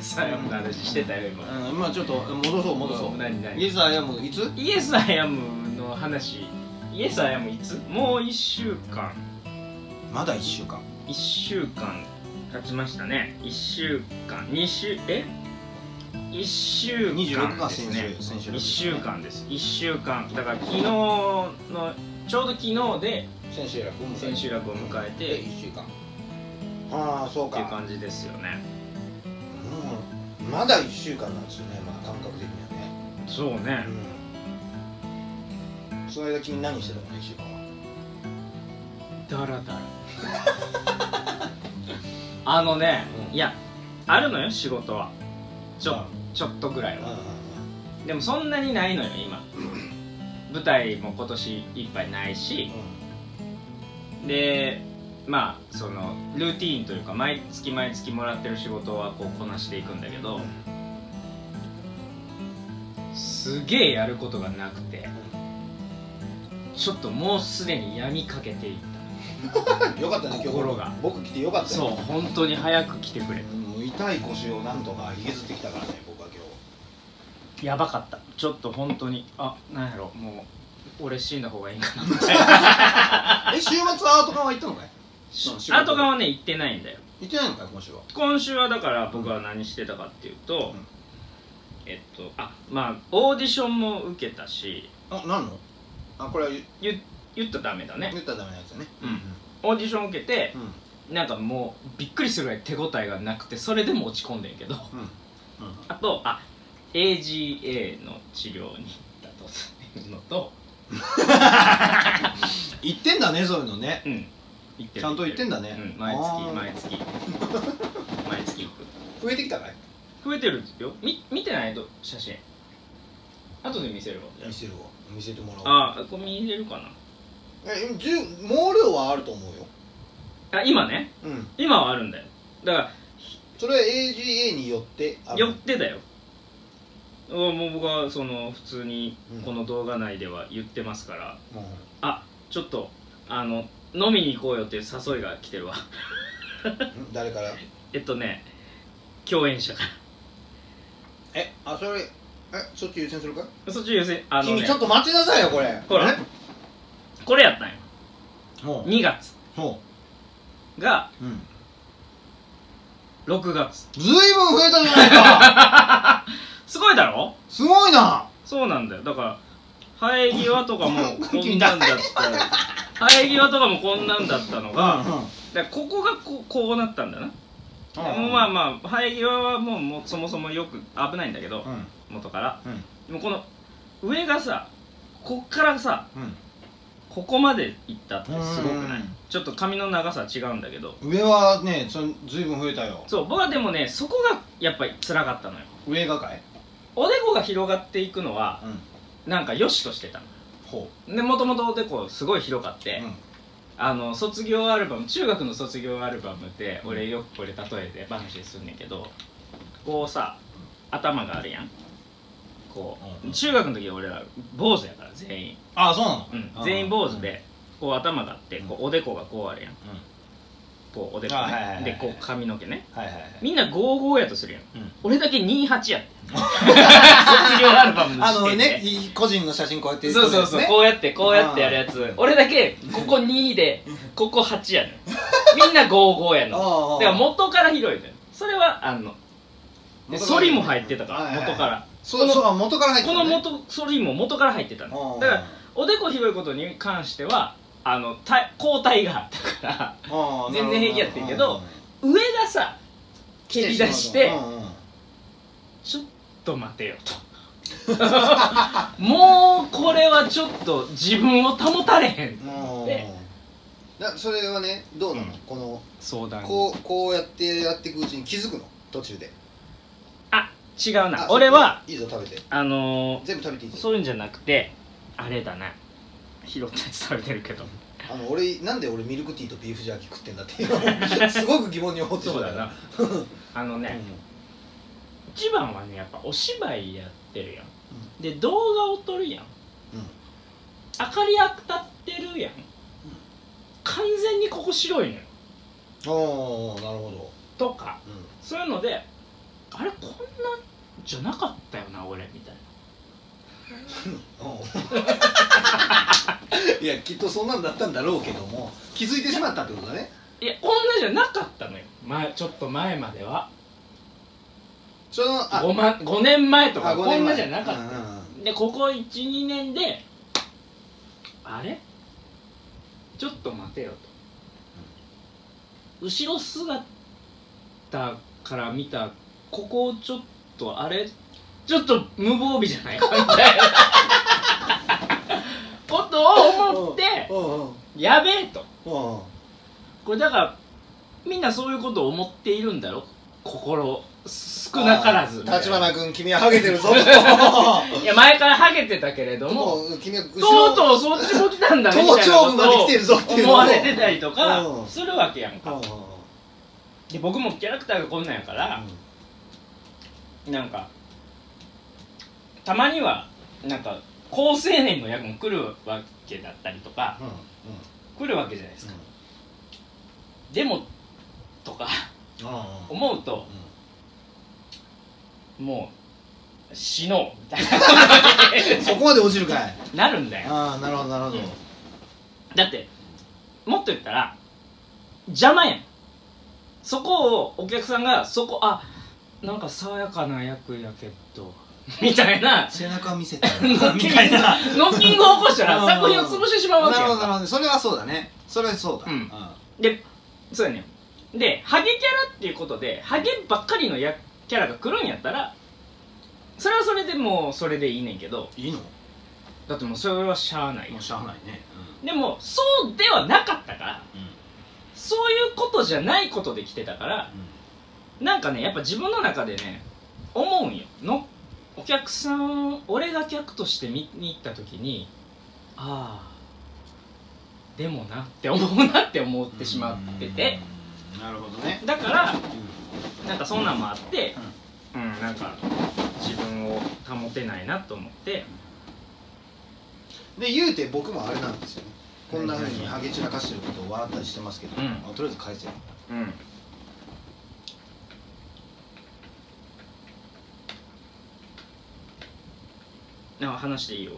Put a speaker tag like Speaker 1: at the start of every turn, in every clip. Speaker 1: さやの話してたよ今
Speaker 2: うん、まあちょっと戻そう戻そう
Speaker 1: うん何何
Speaker 2: イエスアイアムいつ
Speaker 1: イエス・アイアムの話イエス・アイアムいつもう1週間
Speaker 2: まだ1週間
Speaker 1: 1週間経ちましたね1週間2週え1週
Speaker 2: 26
Speaker 1: 間
Speaker 2: が
Speaker 1: です
Speaker 2: 先
Speaker 1: ね
Speaker 2: 週先週
Speaker 1: 1週間です1週間だから昨日のちょうど昨日で
Speaker 2: 先週楽
Speaker 1: 千秋楽を迎えて
Speaker 2: で1週間ああそう
Speaker 1: って
Speaker 2: か
Speaker 1: いう感じですよね
Speaker 2: うんまだ1週間なんですよねまあ感覚的にはね
Speaker 1: そうね
Speaker 2: うんその間君何してたの1週間は
Speaker 1: だらだらあのね、
Speaker 2: うん
Speaker 1: いやあるのよ仕事はちょ
Speaker 2: あ
Speaker 1: ちょっとぐらいは
Speaker 2: う
Speaker 1: でもそんなにないのよ今舞台も今年いっぱいないし
Speaker 2: んうん
Speaker 1: でまあそのルーティーンというか毎月毎月もらってる仕事はこうこなしていくんだけどすげえやることがなくてちょっともうすでに闇かけていっ
Speaker 2: うんよかったね今日
Speaker 1: 心が
Speaker 2: 僕来てよかったたよ
Speaker 1: そう本当に早く来てくれ
Speaker 2: もう痛い腰をなんとか引きずってきたからね僕は今
Speaker 1: やばかったちょっと本当にあなんやろもう俺死んだ方がいいかな
Speaker 2: 日え週末はアート側は行ったのかい仕事
Speaker 1: 後側ね行ってないんだよ
Speaker 2: 行ってないのかい今週は
Speaker 1: 今週はだから僕は何してたかっていうと、
Speaker 2: うん
Speaker 1: えっとあまあオーディションも受けたし
Speaker 2: あ何のあこれは言
Speaker 1: 言言ったらダメだね
Speaker 2: 言ったらダメなやつだね
Speaker 1: オーディション受けて
Speaker 2: うん
Speaker 1: なんかもうびっくりするぐらい手応えがなくてそれでも落ち込んでんけど
Speaker 2: うんうん
Speaker 1: あとあ AGA の治療に行ったというのと
Speaker 2: 言ってんだねそういうのね
Speaker 1: うん行って
Speaker 2: ちゃんと言ってんだ
Speaker 1: う
Speaker 2: ね
Speaker 1: ん、毎
Speaker 2: あ
Speaker 1: 月
Speaker 2: ー
Speaker 1: 毎月毎月行く
Speaker 2: 増えてきたかい
Speaker 1: 増えてるよみ見てないと写真後で見せるわじゃ
Speaker 2: 見せるわ見せてもらおう
Speaker 1: ああこれ見れるか
Speaker 2: え十毛量はあると思うよ
Speaker 1: なあ今ね
Speaker 2: うん
Speaker 1: 今はあるんだよだか
Speaker 2: それは AGA によってあ
Speaker 1: ら
Speaker 2: る
Speaker 1: 寄ってだよあもう僕はその普通に
Speaker 2: うん
Speaker 1: この動画内では言ってますから、
Speaker 2: うん
Speaker 1: あちょっとあの飲みに行こうよっていう誘いが来てるわ
Speaker 2: うん誰から
Speaker 1: えっとね共演者か
Speaker 2: えあそれえそっち優先するか
Speaker 1: らそっち優先あの、
Speaker 2: 君
Speaker 1: ね
Speaker 2: ちょ、っと待ちなさいよこれ
Speaker 1: ほら
Speaker 2: え
Speaker 1: これやったんよ
Speaker 2: ほう
Speaker 1: 2月
Speaker 2: ほ
Speaker 1: が
Speaker 2: ううん
Speaker 1: 6月
Speaker 2: ずいぶん増えたじゃな いか
Speaker 1: すごいだろ
Speaker 2: すごいな
Speaker 1: そうなんだよだから生え際とかもこんなんだっ
Speaker 2: 君
Speaker 1: た生え際とかもこんなんだったのが
Speaker 2: う
Speaker 1: だからここがこうこうなったんだな、
Speaker 2: ん
Speaker 1: でもまあまあ生え際はもうもうそもそもよく危ないんだけど、
Speaker 2: うん
Speaker 1: 元から
Speaker 2: うん
Speaker 1: でもこの上がさこっからさ
Speaker 2: うん
Speaker 1: ここまで行ったってすごくない
Speaker 2: うん
Speaker 1: ちょっと髪の長さは違うんだけど
Speaker 2: 上はねそんずいぶん増えたよ
Speaker 1: そう僕はでもねそこがやっぱり辛かったのよ
Speaker 2: 上がかい
Speaker 1: おでこが広がっていくのは
Speaker 2: うん
Speaker 1: なんかよしとしてたの
Speaker 2: ほ
Speaker 1: でもともとおでこすごい広かって、
Speaker 2: ううん
Speaker 1: あの卒業アルバム中学の卒業アルバムって俺よくこれ例えて話すんねんけどこうさ頭があるやんこ
Speaker 2: うんう
Speaker 1: うん中学の時俺ら坊主やから全員、
Speaker 2: あそうなの
Speaker 1: うん
Speaker 2: あー
Speaker 1: 全員坊主でこう頭があって
Speaker 2: うん
Speaker 1: こうおでこがこうあるやん
Speaker 2: うん
Speaker 1: こうおでこ
Speaker 2: あはいはいは
Speaker 1: ね
Speaker 2: い
Speaker 1: でこう髪の毛ね
Speaker 2: はいはいはい
Speaker 1: みんな55やとするやん、
Speaker 2: うん
Speaker 1: 俺だけ28やって 卒業アルバムの
Speaker 2: あ
Speaker 1: 時
Speaker 2: の
Speaker 1: 点で
Speaker 2: ねい個人の写真こうやって
Speaker 1: そうそうそう、
Speaker 2: 撮
Speaker 1: こうやってこうやってやるやつ俺だけここ2でここ8やのよみんな55や
Speaker 2: るやつね
Speaker 1: の
Speaker 2: あ
Speaker 1: だか
Speaker 2: ーあー
Speaker 1: ら元から広いのよそれはあので
Speaker 2: 元から
Speaker 1: 反りも入ってたから
Speaker 2: はいはいはい
Speaker 1: 元から
Speaker 2: そう
Speaker 1: この
Speaker 2: そうあ元から入って
Speaker 1: こ
Speaker 2: たね
Speaker 1: の元反りも元から入ってたのだからおでこ広いことに関してはあのた交代があったから
Speaker 2: ら
Speaker 1: 全然平気やってんけど上がさ蹴り出してちょっと待てよと もうこれはちょっと自分を保たれへんで
Speaker 2: だそれはねどうなの、
Speaker 1: うん
Speaker 2: この
Speaker 1: 相談
Speaker 2: こうこうやってやっていくうちに気づくの途中で
Speaker 1: あ違うな
Speaker 2: あ
Speaker 1: 俺はい
Speaker 2: いぞ食べて
Speaker 1: あの
Speaker 2: 全部食べていい
Speaker 1: ー、
Speaker 2: ぞ
Speaker 1: そういうんじゃなくてあれだな拾ったやつ食べてるけど
Speaker 2: あの俺なんで俺ミルクティーとビーフジャーキー食ってんだっていうのをすごく疑問に思ってしまから
Speaker 1: な あのね、一番はねやっぱお芝居やってるやん、で動画を撮るやん、
Speaker 2: うん
Speaker 1: 明かり当たってるやん、完全にここ白いのよ
Speaker 2: うん、おおなるほど、
Speaker 1: とか
Speaker 2: うん
Speaker 1: そういうのであれこんなじゃなかったよな俺みたいな
Speaker 2: うん いやきっとそんなんだったんだろうけども気づいてしまったってことだね
Speaker 1: いやこんなじゃなかったのよ前ちょっと前までは
Speaker 2: そのあ
Speaker 1: 5, 万5年前とか
Speaker 2: あ
Speaker 1: こん
Speaker 2: 五年
Speaker 1: な
Speaker 2: 前
Speaker 1: じゃなかった、
Speaker 2: うんうんうん
Speaker 1: でここ12年であれちょっと待てよと、後ろ姿から見たここちょっとあれちょっと無防備じゃない かみたいなことを思って
Speaker 2: うんうん
Speaker 1: やべえと
Speaker 2: うんうん
Speaker 1: これだからみんなそういうことを思っているんだろ心少なからずみたいな
Speaker 2: 立花君君はハゲ てるぞ
Speaker 1: いや前からハゲてたけれども
Speaker 2: もう君は後
Speaker 1: と
Speaker 2: ろ
Speaker 1: うとうそっちも来たんだみた
Speaker 2: 頭
Speaker 1: いなこ
Speaker 2: 頂部まで来てるぞって
Speaker 1: と
Speaker 2: いう
Speaker 1: を思
Speaker 2: のを
Speaker 1: われてたりとか
Speaker 2: うん
Speaker 1: するわけやんか
Speaker 2: うんうんうん
Speaker 1: で僕もキャラクターがこんなんやからなんかたまにはなんか好青年の役も来るわけだったりとか
Speaker 2: うんうん
Speaker 1: 来るわけじゃないですかでもとか
Speaker 2: うんうんうん
Speaker 1: 思うともう死のうみたい
Speaker 2: うんそこまで落ちるかい
Speaker 1: ななるんだよ
Speaker 2: ああなるほどなるほど
Speaker 1: だってもっと言ったら邪魔やんそこをお客さんがそこあなんか爽やかな役やけど みたい な
Speaker 2: 背中見せた
Speaker 1: みたいなノッキングを起こしたら作品を潰してしまうわ
Speaker 2: な
Speaker 1: け
Speaker 2: る
Speaker 1: や
Speaker 2: ほ
Speaker 1: ん
Speaker 2: どなる
Speaker 1: か
Speaker 2: ほどそれはそうだねそれはそうだ
Speaker 1: うんでそうやねんでハゲキャラっていうことでハゲばっかりのやキャラが来るんやったらそれはそれでもうそれでいいねんけど
Speaker 2: いいの
Speaker 1: だってもうそれはしゃあないやん
Speaker 2: もうしゃあないね
Speaker 1: でもそうではなかったから
Speaker 2: うんうん
Speaker 1: そういうことじゃないことで来てたからなんかねやっぱ自分の中でね思うんよのお客さん俺が客として見に行った時にああでもなって思うなって思ってしまってて
Speaker 2: うんなるほどね
Speaker 1: だから
Speaker 2: う
Speaker 1: なんかそんなんもあってうん、なんか自分を保てないなと思って
Speaker 2: んで言うて僕もあれなんですよねこんなふうにハゲ散らかしてることを笑ったりしてますけど
Speaker 1: うん
Speaker 2: あとりあえず返せよ
Speaker 1: うんなんか話していいよ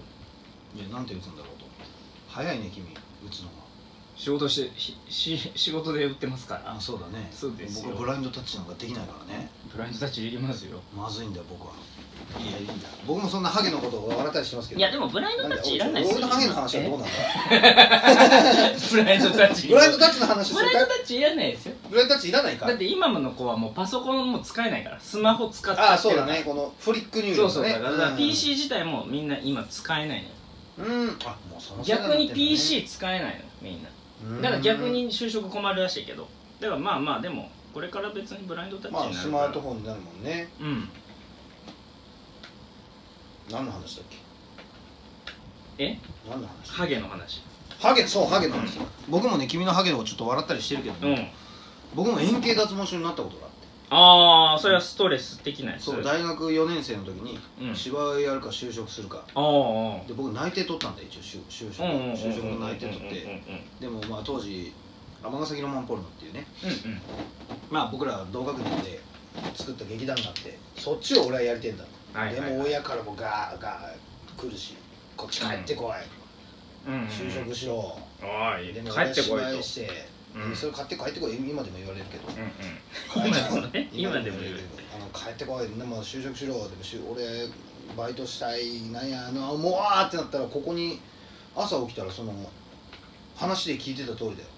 Speaker 2: いやなんて打つんだろうと思って早いね君打つのが
Speaker 1: 仕事してしし仕事で売ってますから
Speaker 2: あそうだね
Speaker 1: そうですよ
Speaker 2: 僕ブラインドタッチなんかできないからね
Speaker 1: ブラインドタッチいりますよ
Speaker 2: まずいんだよ僕はいやいいんだ僕もそんなハゲのことを笑ったりしてますけど
Speaker 1: いやでもブラインドタッチいらないですよ
Speaker 2: 俺のハゲの話はどうなんだ
Speaker 1: ブラインドタッチ
Speaker 2: ブラインドタッチの話す
Speaker 1: ブ
Speaker 2: る
Speaker 1: ラインド
Speaker 2: か
Speaker 1: タッチいらないですよ
Speaker 2: ブラインドタッチいらないか
Speaker 1: だって今の子はもうパソコンも使えないからスマホ使っち
Speaker 2: あ
Speaker 1: ゃ
Speaker 2: あ
Speaker 1: って
Speaker 2: そう
Speaker 1: る
Speaker 2: だ
Speaker 1: から
Speaker 2: ねこのフリック入
Speaker 1: そ
Speaker 2: 力
Speaker 1: うそうだからだから
Speaker 2: ん
Speaker 1: PC 自体もみんな今使えないのよ
Speaker 2: うんあもうその世代
Speaker 1: 逆に
Speaker 2: なってんだね
Speaker 1: PC 使えないのみんなだから逆に就職困るらしいけどだからまあまあでもこれから別にブラインドタッチ
Speaker 2: うん
Speaker 1: にな
Speaker 2: ま
Speaker 1: る
Speaker 2: あ
Speaker 1: から
Speaker 2: スマートフォンになるもんね
Speaker 1: うん
Speaker 2: 何の話だっけ
Speaker 1: え
Speaker 2: 何の話
Speaker 1: ハゲの話
Speaker 2: ハゲそうハゲの話僕もね君のハゲをちょっと笑ったりしてるけど
Speaker 1: う
Speaker 2: ね
Speaker 1: ん
Speaker 2: 僕も円形脱毛症になったことがあって
Speaker 1: ああそれはストレス的なやつ
Speaker 2: そう大学4年生の時に
Speaker 1: うん
Speaker 2: 芝居やるか就職するか
Speaker 1: ああ
Speaker 2: で僕内定取ったんだよ一応就就職
Speaker 1: うんうんうんうんうんうんうん
Speaker 2: 就職の内定取ってでもまあ当時尼崎ロマンポルノっていうね
Speaker 1: うんうん
Speaker 2: まあ僕ら同学年で作った劇団があってそっちを俺はやりてんだ
Speaker 1: はい
Speaker 2: で
Speaker 1: はいはい
Speaker 2: も親からもガーガー来るしこっち帰ってこい
Speaker 1: うんうんうん
Speaker 2: 就職しろ
Speaker 1: おい
Speaker 2: でも
Speaker 1: 帰ってこい
Speaker 2: 芝
Speaker 1: と
Speaker 2: 居して
Speaker 1: うん
Speaker 2: それ買って帰ってこい今でも言われるけど
Speaker 1: うんうん 今でもね今でも言う
Speaker 2: あの帰ってこいでも就職しろでもし俺バイトしたいなんやあのもうあーってなったらここに朝起きたらその話で聞いてた通りだよ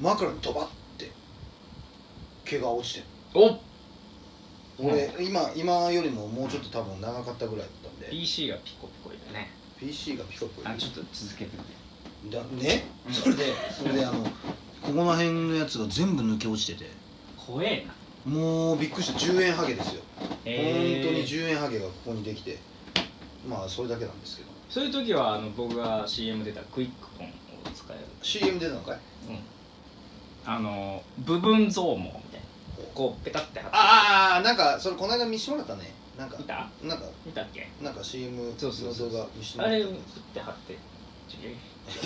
Speaker 2: 枕にドバって毛が落ちて
Speaker 1: お
Speaker 2: る俺、今今よりももうちょっと多分長かったぐらいだったんで
Speaker 1: PC がピコピコいだね
Speaker 2: PC がピコピコ
Speaker 1: あ
Speaker 2: い
Speaker 1: ちょっと続けてて
Speaker 2: だね
Speaker 1: うん
Speaker 2: それでそれであのここら辺のやつが全部抜け落ちてて
Speaker 1: 怖えな
Speaker 2: もうびっくりした10円ハゲですよ
Speaker 1: え
Speaker 2: 本当
Speaker 1: ー
Speaker 2: に10円ハゲがここにできてまあそれだけなんですけど
Speaker 1: そういう時はあの僕が CM 出たクイックコンを使える
Speaker 2: CM 出たのかい
Speaker 1: あの部分増毛みたいなこうペタって貼っ
Speaker 2: ああなんかそれこの間見してもらったねなんか
Speaker 1: て見た
Speaker 2: なんか
Speaker 1: 見たっけ
Speaker 2: なんか CM の
Speaker 1: そうそうそう
Speaker 2: 動画見しても
Speaker 1: あ
Speaker 2: らっ
Speaker 1: れ
Speaker 2: たん
Speaker 1: 振っ
Speaker 2: です
Speaker 1: て貼って
Speaker 2: い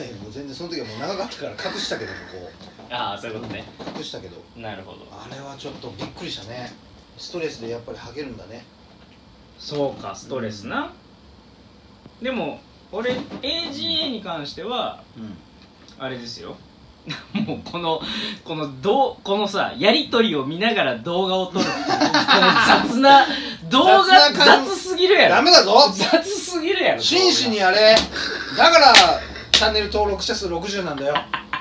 Speaker 2: やいやもう全然その時はもう長かったから隠したけどこ
Speaker 1: ああそういうことね
Speaker 2: こ隠したけど
Speaker 1: なるほど
Speaker 2: あれはちょっとびっくりしたねストレスでやっぱりハゲるんだね
Speaker 1: そうかストレスな、でも俺 AGA に関しては
Speaker 2: うん
Speaker 1: あれですよ もうこのこのどうこのさやり取りを見ながら動画を撮るこの雑 な動画
Speaker 2: 雑
Speaker 1: 雑
Speaker 2: な感
Speaker 1: すぎるやろ
Speaker 2: ダメだぞ
Speaker 1: 雑すぎるやろ
Speaker 2: 真摯にやれだからチャンネル登録者数60なんだよ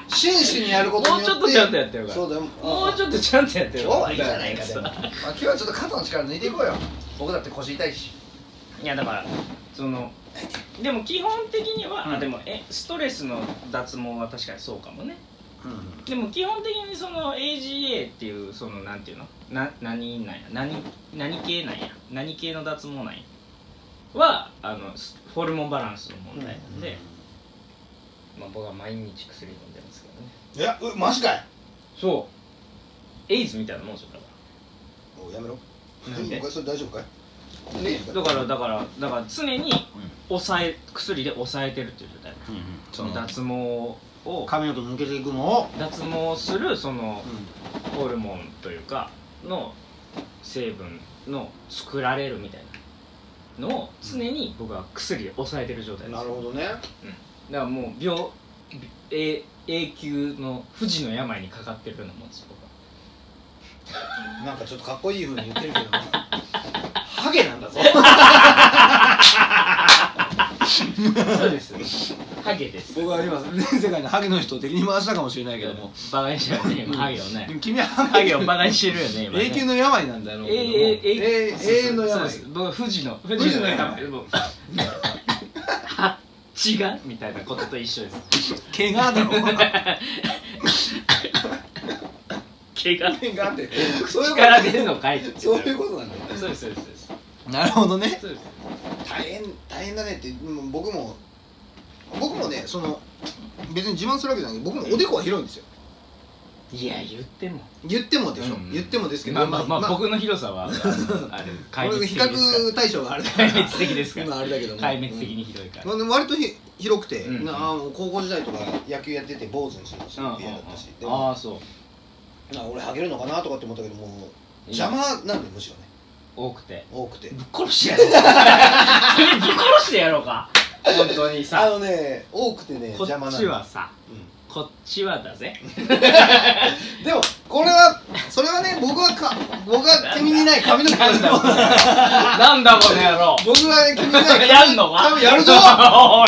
Speaker 2: 真摯にやる
Speaker 1: 動
Speaker 2: こ
Speaker 1: 画
Speaker 2: と
Speaker 1: もう
Speaker 2: に
Speaker 1: ち
Speaker 2: よ
Speaker 1: ょってとちゃ
Speaker 2: っ
Speaker 1: んとやってるから
Speaker 2: そうだよ
Speaker 1: もうち
Speaker 2: ょっ
Speaker 1: ょっとちゃんとやって
Speaker 2: 今
Speaker 1: るか
Speaker 2: 日
Speaker 1: ら
Speaker 2: はいいじゃないかでも、まあ、今日はちょっと肩の力抜いていこうよ僕だって腰痛いし
Speaker 1: いやだからそのでも基本的には、
Speaker 2: うん
Speaker 1: あでもえストレスの脱毛は確かにそうかもね
Speaker 2: うん
Speaker 1: でも基本的にその AGA っていうそのなんていうのな何なんや何何系なんや何系の脱毛なんやはあのスホルモンバランスの問題なんで、まあ、僕は毎日薬飲んでますけどね
Speaker 2: いやうマジかい
Speaker 1: そうエイズみたいなもんですよだか
Speaker 2: おやめろ
Speaker 1: ら
Speaker 2: いいのかいそれ大丈夫かい
Speaker 1: でだからだからだから常に
Speaker 2: う
Speaker 1: 抑え薬で抑えてるっていう状態
Speaker 2: んうん
Speaker 1: その脱毛を
Speaker 2: 髪の毛抜けていくのを、
Speaker 1: 脱毛するその
Speaker 2: う
Speaker 1: ホルモンというかの成分の作られるみたいなのを常に僕は薬で抑えてる状態です
Speaker 2: なるほどね
Speaker 1: だからもう病え永久の不治の病にかかってるようなもんです僕は
Speaker 2: なんかちょっとかっこいいふうに言ってるけど ハゲなんだぞ
Speaker 1: そうです。ハゲです。
Speaker 2: 僕は今全世界のハゲの人を敵に回したかもしれないけども
Speaker 1: バカにしてるよね、今ハゲを
Speaker 2: で
Speaker 1: ね。
Speaker 2: も君はハ
Speaker 1: ハ
Speaker 2: ゲ
Speaker 1: ゲをバカにしてるよね、今、ね。
Speaker 2: 永久の病なんだろうけども
Speaker 1: ええええ
Speaker 2: 永永遠の
Speaker 1: そう
Speaker 2: 病
Speaker 1: です僕は富士の富
Speaker 2: 士の病
Speaker 1: もうあ 血がみたいなことと一緒です
Speaker 2: 怪我だろ
Speaker 1: 毛が
Speaker 2: 怪我ってそうい
Speaker 1: 口
Speaker 2: うこ
Speaker 1: から出るのかいって
Speaker 2: とそういうことなんだよ
Speaker 1: そうですそうですそうです
Speaker 2: なるほどね
Speaker 1: そうです
Speaker 2: 大変大変だねってもう僕も僕もねその別に自慢するわけじゃないけど僕もおでこは広いんですよ
Speaker 1: いや言っても
Speaker 2: 言ってもでしょ、言ってもですけど
Speaker 1: まあまあまあ、僕の広さはあのあれ壊滅
Speaker 2: 僕
Speaker 1: 的
Speaker 2: 比
Speaker 1: です
Speaker 2: 較対象があれだ
Speaker 1: から壊 滅的ですから
Speaker 2: 今あれだけども
Speaker 1: 壊滅的にひどいから、
Speaker 2: まあ、でも割とひ広くて、
Speaker 1: うん
Speaker 2: なあー高校時代とか野球やってて坊主にするのすごく嫌だったし、で
Speaker 1: あ
Speaker 2: も
Speaker 1: あそう
Speaker 2: な俺ハゲるのかなとかって思ったけどもう邪魔なんでむしろね
Speaker 1: 多くて
Speaker 2: 多くて
Speaker 1: ぶっ殺してやろう君ぶっ殺してやろうか本当に
Speaker 2: あ
Speaker 1: さ
Speaker 2: のね多くてね
Speaker 1: こ
Speaker 2: 邪魔
Speaker 1: っ
Speaker 2: なん
Speaker 1: ち
Speaker 2: で
Speaker 1: はさこっちはだぜ
Speaker 2: うん、でもこれはそれはね僕はか僕は君にない髪の毛僕
Speaker 1: なんだこの
Speaker 2: は
Speaker 1: なんだこの野郎
Speaker 2: 君にない
Speaker 1: やんのか
Speaker 2: 多分やるぞ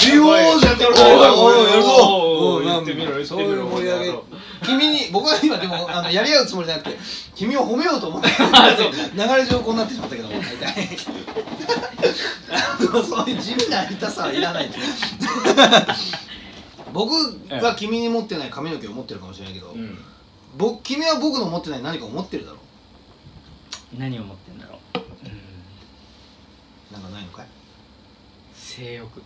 Speaker 2: 竜王じゃんって
Speaker 1: おい
Speaker 2: 俺
Speaker 1: おいおい
Speaker 2: やるぞ
Speaker 1: おいおいおい
Speaker 2: な
Speaker 1: 言
Speaker 2: ん
Speaker 1: ってみろ言って
Speaker 2: そう
Speaker 1: みろ
Speaker 2: いう盛り上げ君に僕は今でもあのやり合うつもりじゃなくて君を褒めようと思って流れ上こうなってしまったけども大体あのそういう地味な痛さはいらない僕は君に持ってない髪の毛を持ってるかもしれないけど、
Speaker 1: うん
Speaker 2: 僕君は僕の持ってない何かを持ってるだろ
Speaker 1: 何を持ってんだろううん
Speaker 2: なんかないのかい
Speaker 1: 性欲